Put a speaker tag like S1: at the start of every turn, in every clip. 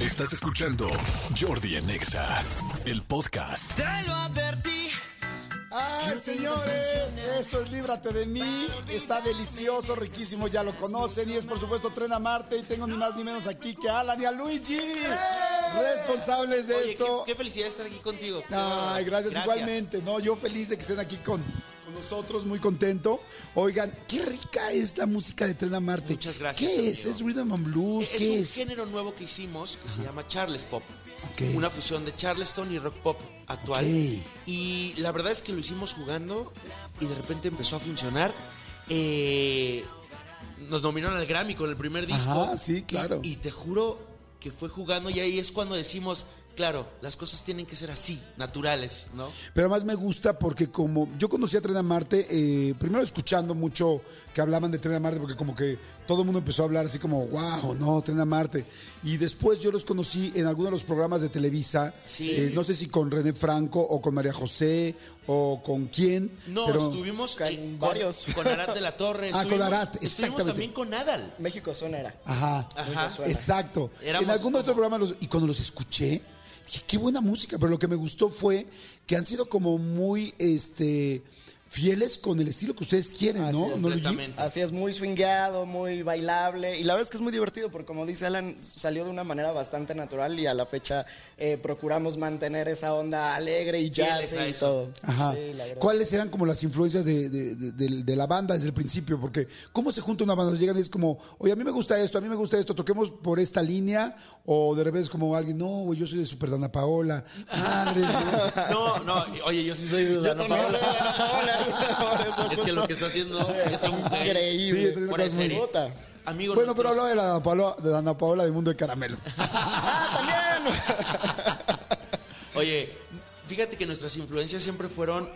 S1: Estás escuchando Jordi en Exa, el podcast.
S2: Te lo advertí.
S3: Ay, señores, eso es Líbrate de mí. Está delicioso, riquísimo, ya lo conocen. Y es, por supuesto, Tren a Marte. Y tengo ni más ni menos aquí que a Alan y a Luigi, responsables de
S2: Oye,
S3: esto.
S2: Qué, qué felicidad estar aquí contigo.
S3: Ay, gracias, igualmente. No, yo feliz de que estén aquí con, con nosotros, muy contento. Oigan, qué rica es la música de Tren a Marte.
S2: Muchas gracias,
S3: ¿Qué es?
S2: amigo.
S3: ¿Es Rhythm and Blues?
S2: Es,
S3: ¿Qué
S2: un
S3: es?
S2: género nuevo que hicimos que se llama Charles Pop.
S3: Ok.
S2: Una fusión de Charleston y rock pop actual.
S3: Ok.
S2: Y la verdad es que lo hicimos jugando y de repente empezó a funcionar. Eh, nos nominaron al Grammy con el primer disco.
S3: Ajá, sí, claro.
S2: Y, y te juro que fue jugando y ahí es cuando decimos, claro, las cosas tienen que ser así, naturales, ¿no?
S3: Pero además me gusta porque como yo conocí a Tren a Marte, eh, primero escuchando mucho que hablaban de Tren a Marte, porque como que todo el mundo empezó a hablar así como, wow, no, Tren a Marte. Y después yo los conocí en algunos de los programas de Televisa,
S2: Sí.
S3: Eh, no sé si con René Franco o con María José o con quién.
S2: No,
S3: pero-
S2: estuvimos
S4: con
S2: eh,
S4: varios.
S2: Con Arat de la Torre.
S3: Ah, con
S2: estuvimos-
S3: Arat,
S2: Estuvimos
S3: exactamente.
S2: también con Adal.
S4: México suena era.
S3: Ajá.
S2: Ajá.
S4: Venezuela.
S3: Exacto.
S2: Éramos
S3: en algún
S2: como-
S3: otro programa, los- y cuando los escuché, dije, qué buena música, pero lo que me gustó fue que han sido como muy este fieles con el estilo que ustedes quieren,
S4: Así
S3: ¿no?
S4: es.
S3: ¿No, Luigi?
S2: Exactamente.
S4: Así es, muy swingueado, muy bailable. Y la verdad es que es muy divertido porque, como dice Alan, s- salió de una manera bastante natural y a la fecha eh, procuramos mantener esa onda alegre y
S2: Fieles
S4: jazz
S2: a
S4: y
S2: eso.
S4: todo.
S3: Ajá.
S4: Sí, la verdad.
S3: ¿Cuáles eran como las influencias de, de- de- de- de la banda desde el principio? Porque ¿cómo se junta una banda? Llegan y es como, oye, a mí me gusta esto, a mí me gusta esto, toquemos por esta línea, o de repente es como alguien, no, güey, yo soy de Super Dana Paola, madre. güey.
S2: No, no, oye, yo sí soy de Dana
S4: también
S2: Paola.
S4: soy de Dana Paola. Por eso
S2: Es que
S4: justo-
S2: lo que está haciendo es un
S4: Increíble.
S3: Sí, entonces,
S2: Fuera de
S3: es
S2: serie.
S4: Puta.
S2: Amigo,
S3: bueno, pero
S2: nosotros-
S3: hablaba de la Dana Paola, de Dana Paola de Mundo de Caramelo.
S4: ¡Ah, también!
S2: Oye, fíjate que nuestras influencias siempre fueron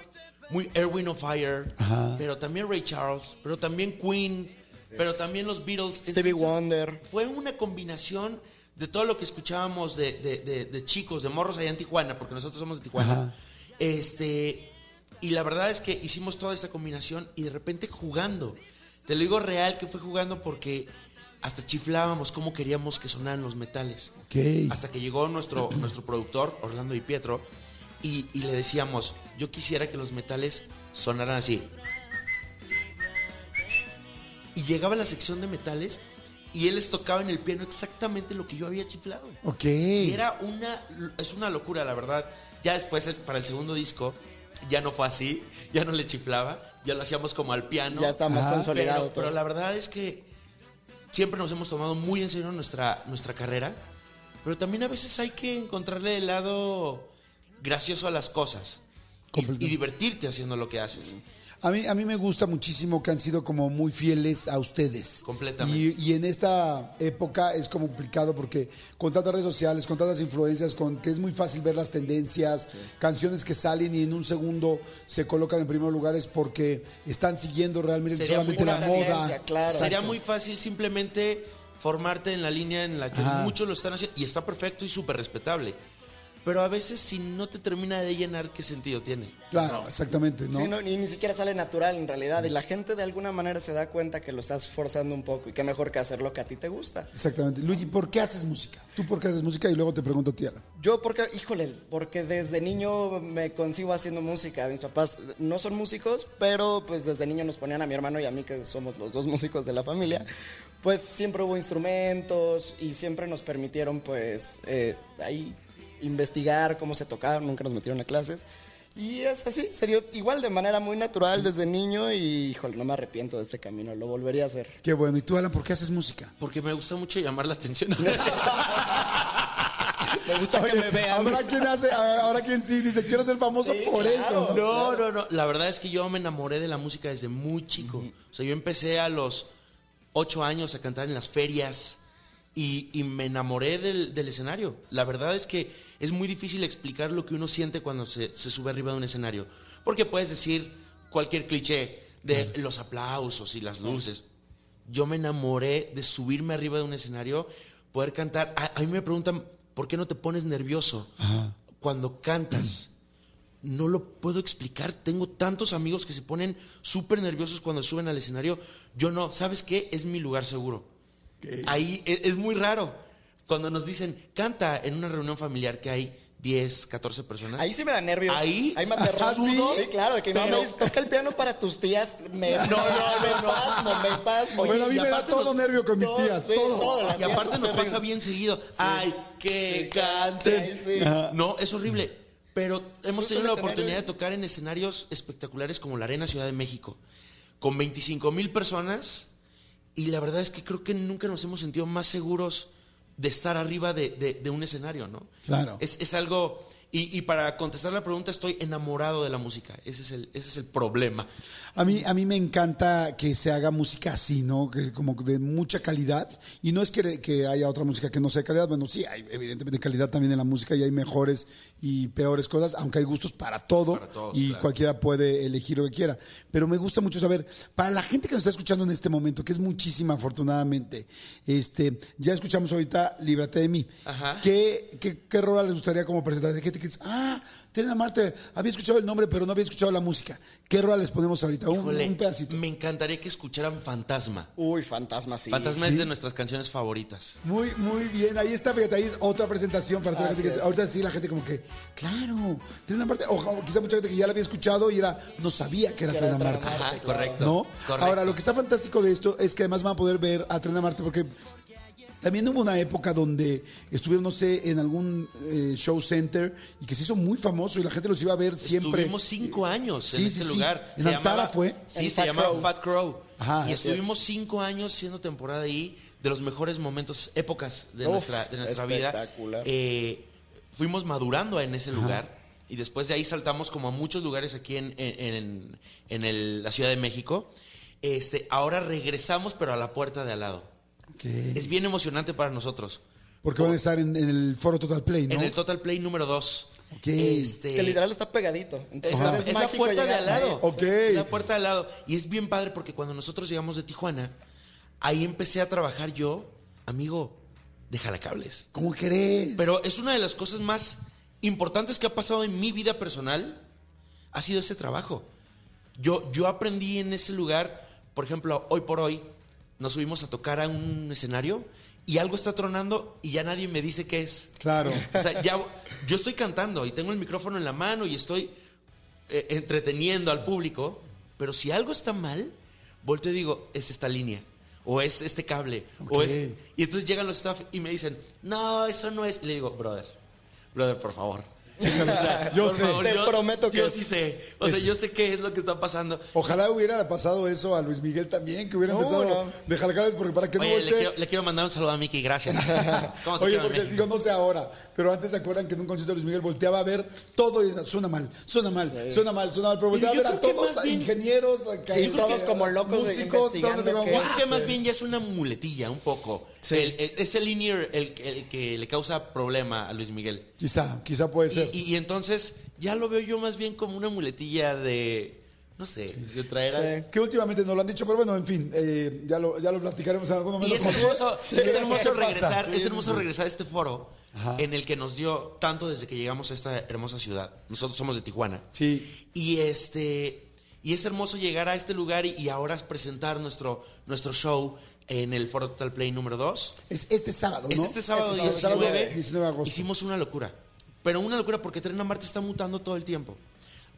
S2: muy Erwin of Fire, pero también Ray Charles, pero también Queen, pero también los Beatles.
S4: Stevie Wonder.
S2: Fue una combinación de todo lo que escuchábamos de, de- de- de chicos, de morros allá en Tijuana, porque nosotros somos de Tijuana. Este, y la verdad es que hicimos toda esta combinación y de repente jugando. Te lo digo real que fue jugando porque hasta chiflábamos cómo queríamos que sonaran los metales.
S3: Ok.
S2: Hasta que llegó nuestro, nuestro productor, Orlando y Pietro, y, y le decíamos, yo quisiera que los metales sonaran así. Y llegaba a la sección de metales y él les tocaba en el piano exactamente lo que yo había chiflado.
S3: Ok.
S2: Y era una, es una locura, la verdad. Ya después, el- para el segundo disco, ya no fue así, ya no le chiflaba, ya lo hacíamos como al piano.
S4: Ya está más
S3: Ajá.
S4: consolidado.
S2: Ah, Pero, pero la verdad es que siempre nos hemos tomado muy en serio nuestra, nuestra carrera, pero también a veces hay que encontrarle el lado gracioso a las cosas y,
S3: Completamente.
S2: y divertirte haciendo lo que haces.
S3: A mí, a mí me gusta muchísimo que han sido como muy fieles a ustedes.
S2: Completamente.
S3: Y, y en esta época es complicado porque con tantas redes sociales, con tantas influencias, con que es muy fácil ver las tendencias, canciones que salen y en un segundo se colocan en primeros lugares porque están siguiendo realmente
S2: Sería muy
S3: solamente la
S2: una
S3: moda.
S4: tendencia, claro.
S2: Sería
S4: Exacto.
S2: muy fácil simplemente formarte en la línea en la que
S3: Ajá.
S2: muchos lo están haciendo y está perfecto y súper respetable. Pero a veces si no te termina de llenar, ¿qué sentido tiene?
S3: Claro, exactamente, ¿no? Mm.
S4: Sí, no, y ni siquiera sale natural en realidad. Y la gente de alguna manera se da cuenta que lo estás forzando un poco y que mejor que hacer lo que a ti te gusta.
S3: Exactamente. Luigi, ¿por qué haces música? ¿Tú por qué haces música? Y luego te pregunto a ti, Alan.
S4: Yo porque, híjole, porque desde niño me consigo haciendo música. Mis papás no son músicos, pero pues desde niño nos ponían a mi hermano y a mí, que somos los dos músicos de la familia, pues siempre hubo instrumentos y siempre nos permitieron pues eh, ahí investigar cómo se tocaba, nunca nos metieron a clases. Y es así, se dio igual de manera muy natural desde niño y, híjole, no me arrepiento de este camino, lo volvería a hacer.
S3: Qué bueno. ¿Y tú, Alan, por qué haces música?
S2: Porque me gusta mucho llamar la atención.
S4: Me gusta que me vean.
S3: Ahora quien hace, ahora quien sí dice, quiero ser famoso
S4: Sí,
S3: por
S4: claro.
S3: eso. ¿no?
S2: No, no, no. La verdad es que yo me enamoré de la música desde muy chico. O sea, yo empecé a los ocho años a cantar en las ferias y, y me enamoré del, del escenario. La verdad es que es muy difícil explicar lo que uno siente cuando se, se sube arriba de un escenario. Porque puedes decir cualquier cliché de los aplausos y las luces. Yo me enamoré de subirme arriba de un escenario, poder cantar. A, a mí me preguntan, ¿por qué no te pones nervioso cuando cantas? no lo puedo explicar. Tengo tantos amigos que se ponen súper nerviosos cuando suben al escenario. Yo no. ¿Sabes qué? Es mi lugar seguro. Ahí e- es, muy raro. Cuando nos dicen, canta en una reunión familiar que hay 10, 14 personas.
S4: Ahí sí me da nervios.
S2: Ahí-
S4: Ahí me aterra.
S2: ¿Sudo?
S4: Sí, claro, de que no
S2: Pero-
S4: me toca el piano para tus tías. Me, no, no, me pasmo, me pasmo.
S3: Oye, Bueno, a mí
S2: y
S3: me da
S2: aparte
S3: todo
S2: nos-
S3: nervio con mis
S4: todo,
S3: tías.
S4: sí,
S3: todo.
S4: todo.
S2: Y aparte nos pasa bien seguido. Ay, que canten.
S4: Ay, sí.
S2: No, es horrible. Pero hemos
S4: es
S2: tenido
S4: un
S2: la
S4: escenario-
S2: oportunidad de tocar en escenarios espectaculares como la Arena Ciudad de México, con 25 mil personas. Y la verdad es que creo que nunca nos hemos sentido más seguros de estar arriba de, de- de un escenario, ¿no?
S3: Claro.
S2: Es, es algo... Y, y para contestar la pregunta, estoy enamorado de la música. Ese es el, ese es el problema.
S3: A mí, a mí me encanta que se haga música así, ¿no? Que es como de mucha calidad. Y no es que, que haya otra música que no sea de calidad. Bueno, sí, hay evidentemente calidad también en la música y hay mejores y peores cosas, aunque hay gustos para todo.
S2: Para todos,
S3: y
S2: claro.
S3: cualquiera puede elegir lo que quiera. Pero me gusta mucho saber, para la gente que nos está escuchando en este momento, que es muchísima afortunadamente, este, ya escuchamos ahorita Líbrate de mí.
S2: Ajá.
S3: ¿Qué, qué, qué rola les gustaría como presentar? Hay gente que dice, ah, Trina Marte, había escuchado el nombre, pero no había escuchado la música. ¿Qué rola les ponemos ahorita? Un,
S2: Híjole,
S3: un pedacito.
S2: Me encantaría que escucharan Fantasma.
S4: Uy, fantasma, sí.
S2: Fantasma es de nuestras canciones favoritas.
S3: Muy, muy bien. Ahí está, fíjate, ahí es otra presentación para toda la
S4: Así
S3: gente que-
S4: es.
S3: Ahorita sí la gente como que, claro, Trina Marte. O, o quizá mucha gente que ya la había escuchado y era, no sabía que era
S4: Que era
S3: Trina
S4: Trina
S3: Marte.
S4: Marte.
S2: Ajá,
S4: claro.
S2: correcto.
S3: ¿No?
S2: correcto.
S3: Ahora, lo que está fantástico de esto es que además van a poder ver a Tren a Marte porque también hubo una época donde estuvieron, no sé, en algún eh, show center y que se hizo muy famoso y la gente los iba a ver siempre. eh,
S2: Estuvimos cinco años
S3: Sí,
S2: en
S3: sí,
S2: este
S3: sí.
S2: lugar.
S3: ¿En Antara fue?
S2: Sí,
S4: En
S2: se
S4: Fat
S2: llamaba
S4: Crow.
S2: Fat Crow.
S3: Ajá, así
S2: y
S3: es.
S2: estuvimos cinco años siendo temporada ahí de los mejores momentos, épocas de
S4: Uf,
S2: nuestra, de nuestra vida.
S4: espectacular.
S2: Eh, fuimos madurando en ese lugar. Y después de ahí saltamos como a muchos lugares aquí en, en- en- en el- la Ciudad de México. Este, ahora regresamos, pero a la puerta de al lado.
S3: Ok.
S2: Es bien emocionante para nosotros.
S3: Porque van a estar en, en el foro Total Play, ¿no?
S2: En el Total Play número Este, 2.
S3: Ok.
S4: Que literal está pegadito. Entonces
S2: Esa-
S4: es,
S2: es la
S4: mágico
S2: puerta de
S4: llegar Oh,
S2: al lado.
S3: Ok.
S2: Es La puerta de al lado. Y es bien padre porque cuando nosotros llegamos de Tijuana, ahí empecé a trabajar yo, amigo, de jalacables.
S3: ¿Cómo crees?
S2: Pero es una de las cosas más importantes que ha pasado en mi vida personal, ha sido ese trabajo. Yo, yo aprendí en ese lugar, por ejemplo, hoy por hoy, nos subimos a tocar a un escenario y algo está tronando y ya nadie me dice qué es.
S3: Claro.
S2: O sea, ya yo estoy cantando y tengo el micrófono en la mano y estoy eh, entreteniendo al público, pero si algo está mal, volteo y digo, es esta línea, o es este cable, o
S3: Ok.
S2: es... Y entonces llegan los staff y me dicen, no, eso no es... Y le digo, brother, brother, por favor. O sea,
S3: Yo
S2: por
S3: sé.
S4: Te prometo que
S2: yo
S4: es-
S2: sí sé. O sea, yo sé qué es lo que está pasando.
S3: Ojalá hubiera pasado eso a Luis Miguel también, que hubiera
S4: No,
S3: empezado
S4: no.
S3: de jalacables, porque para que no
S2: Oye, le
S3: voltee-
S2: quiero, le quiero mandar un saludo a Miki, gracias. ¿Cómo te
S3: Oye,
S2: quiero,
S3: porque
S2: Miki?
S3: digo, no sé ahora, pero antes se acuerdan que en un concierto de Luis Miguel volteaba a ver todo y suena mal, suena mal, suena mal, suena mal,
S2: Pero
S3: pero volteaba a
S2: yo
S3: ver a
S2: creo que
S3: todos,
S2: más
S3: a
S2: bien-
S3: ingenieros, a ca-
S4: Y todos como locos de-
S3: músicos,
S4: investigando
S3: todos como,
S4: qué
S3: "Guau".
S2: Es que más bien ya es una muletilla, un poco. El- el- es el linear el, el que le causa problema a Luis Miguel.
S3: Quizá, quizá puede ser.
S2: Y, y- y entonces ya lo veo yo más bien como una muletilla de, no sé, de traer a...
S4: Sí.
S3: Que últimamente no lo han dicho, pero bueno, en fin, eh, ya, lo, ya lo platicaremos en algún
S2: Y
S3: momento.
S2: es
S3: como-
S2: hermoso,
S3: Sí,
S2: es
S3: ¿qué
S2: hermoso
S3: pasa?
S2: regresar, es
S3: Sí,
S2: hermoso
S3: sí.
S2: regresar a este foro
S3: Ajá.
S2: en el que nos dio tanto desde que llegamos a esta hermosa ciudad. Nosotros somos de Tijuana.
S3: Sí.
S2: Y este y es hermoso llegar a este lugar y, y ahora presentar nuestro, nuestro show en el Foro Total Play número 2.
S3: Es este sábado, ¿no?
S2: Es este sábado
S3: Este
S2: 19,
S3: sábado, 19 de agosto.
S2: Hicimos una locura. Pero una locura porque Tren a Marte está mutando todo el tiempo.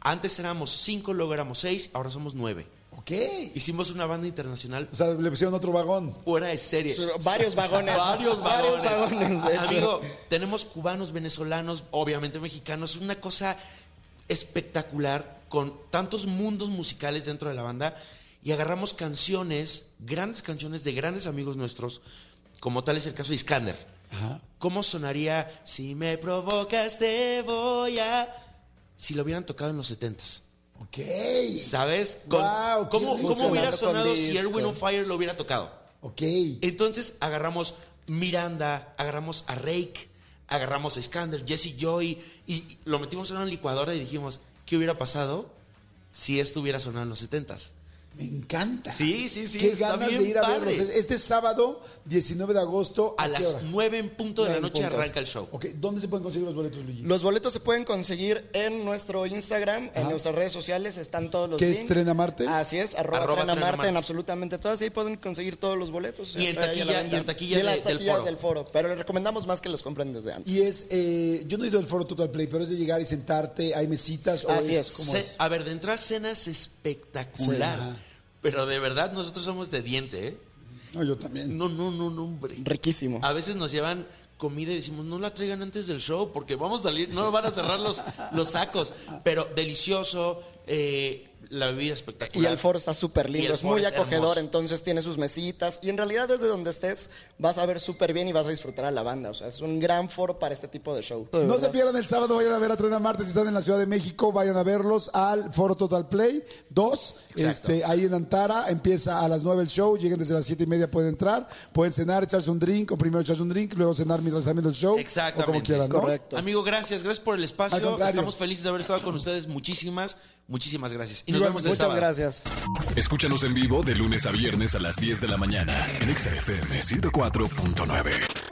S2: Antes éramos cinco, luego éramos seis, ahora somos nueve.
S3: Ok.
S2: Hicimos una banda internacional
S3: O sea, le pusieron otro vagón.
S2: fuera de serie.
S4: Varios vagones.
S2: Varios vagones.
S4: vagones, de hecho.
S2: Amigo, tenemos cubanos, venezolanos, obviamente mexicanos, una cosa espectacular con tantos mundos musicales dentro de la banda y agarramos canciones, grandes canciones de grandes amigos nuestros, como tal es el caso de Iskander. ¿Cómo sonaría si me provocas te voy a si lo hubieran tocado en los 70s?
S3: Ok.
S2: ¿Sabes? Con-
S3: Guau, qué
S2: ¿cómo,
S3: rico.
S2: ¿Cómo hubiera
S4: Sonando
S2: sonado
S4: con
S2: si
S4: disco.
S2: Erwin on Fire lo hubiera tocado?
S3: Ok.
S2: Entonces agarramos Miranda, agarramos a Rake, agarramos a Skander, Jesse Joy y, y lo metimos en una licuadora y dijimos, ¿qué hubiera pasado si esto hubiera sonado en los 70s?
S3: Me encanta.
S2: Sí, sí, sí,
S3: Qué
S2: está
S3: ganas
S2: bien
S3: de ir a
S2: padre.
S3: verlos. Es- Este sábado, 19 de agosto.
S2: A
S3: qué
S2: las
S3: hora?
S2: 9 en punto de la
S4: Nueve en
S2: noche
S4: punto.
S2: arranca el show.
S3: Ok, ¿dónde se pueden conseguir los boletos, Luigi?
S4: Los boletos se pueden conseguir en nuestro Instagram, en
S3: Ajá.
S4: nuestras redes sociales, están todos los
S3: ¿Qué es
S4: links.
S3: Tren a Marte?
S4: Así es, arroba,
S2: Arroba
S4: Tren a
S2: Tren a
S4: Marte
S2: Marte.
S4: en absolutamente todas, ahí pueden conseguir todos los boletos.
S2: Y en
S4: Está ahí a la
S2: taquilla-
S4: venta.
S2: y en taquilla de-
S4: las
S2: del
S4: taquillas
S2: foro.
S4: del foro, pero les recomendamos más que los compren desde antes.
S3: Y es, eh, yo no he ido al foro Total Play, pero es de llegar y sentarte, hay mesitas o
S4: Así
S3: es,
S4: es.
S3: como
S2: Ce-
S3: es.
S2: A ver, de entrada cena es espectacular.
S3: Sí, ajá.
S2: pero de verdad nosotros somos de diente, ¿eh?
S3: No, yo también.
S2: No, no, no, no, hombre.
S4: Riquísimo.
S2: A veces nos llevan comida y decimos, no la traigan antes del show porque vamos a salir, no van a cerrar los, los sacos. Pero delicioso, eh, la bebida espectacular.
S4: Y el foro está súper
S2: Y el
S4: lindo, es
S2: foro
S4: muy
S2: es
S4: acogedor,
S2: hermoso.
S4: entonces tiene sus mesitas y en realidad desde donde estés vas a ver súper bien y vas a disfrutar a la banda, o sea, es un gran foro para este tipo de show. De
S3: No
S4: verdad.
S3: se pierdan el sábado, vayan a ver a Tren a Marte. Si están en la Ciudad de México, vayan a verlos al Foro Total Play 2.
S2: Exacto.
S3: Este, ahí en Antara empieza a las 9 el show. Lleguen desde las 7 y media, pueden entrar. Pueden cenar, echarse un drink, o primero echarse un drink, luego cenar mientras están viendo el show.
S2: Exactamente.
S3: O como quieran, ¿no?
S4: Correcto.
S2: Amigo, gracias, gracias por el
S3: Al
S2: espacio.
S3: contrario.
S2: Estamos felices de haber estado con ustedes. Muchísimas, muchísimas gracias. Y nos
S3: Igual,
S2: vemos el
S4: Muchas
S2: sábado.
S4: gracias.
S1: Escúchanos en vivo de lunes a viernes a las 10 de la mañana en Exa FM 104.9.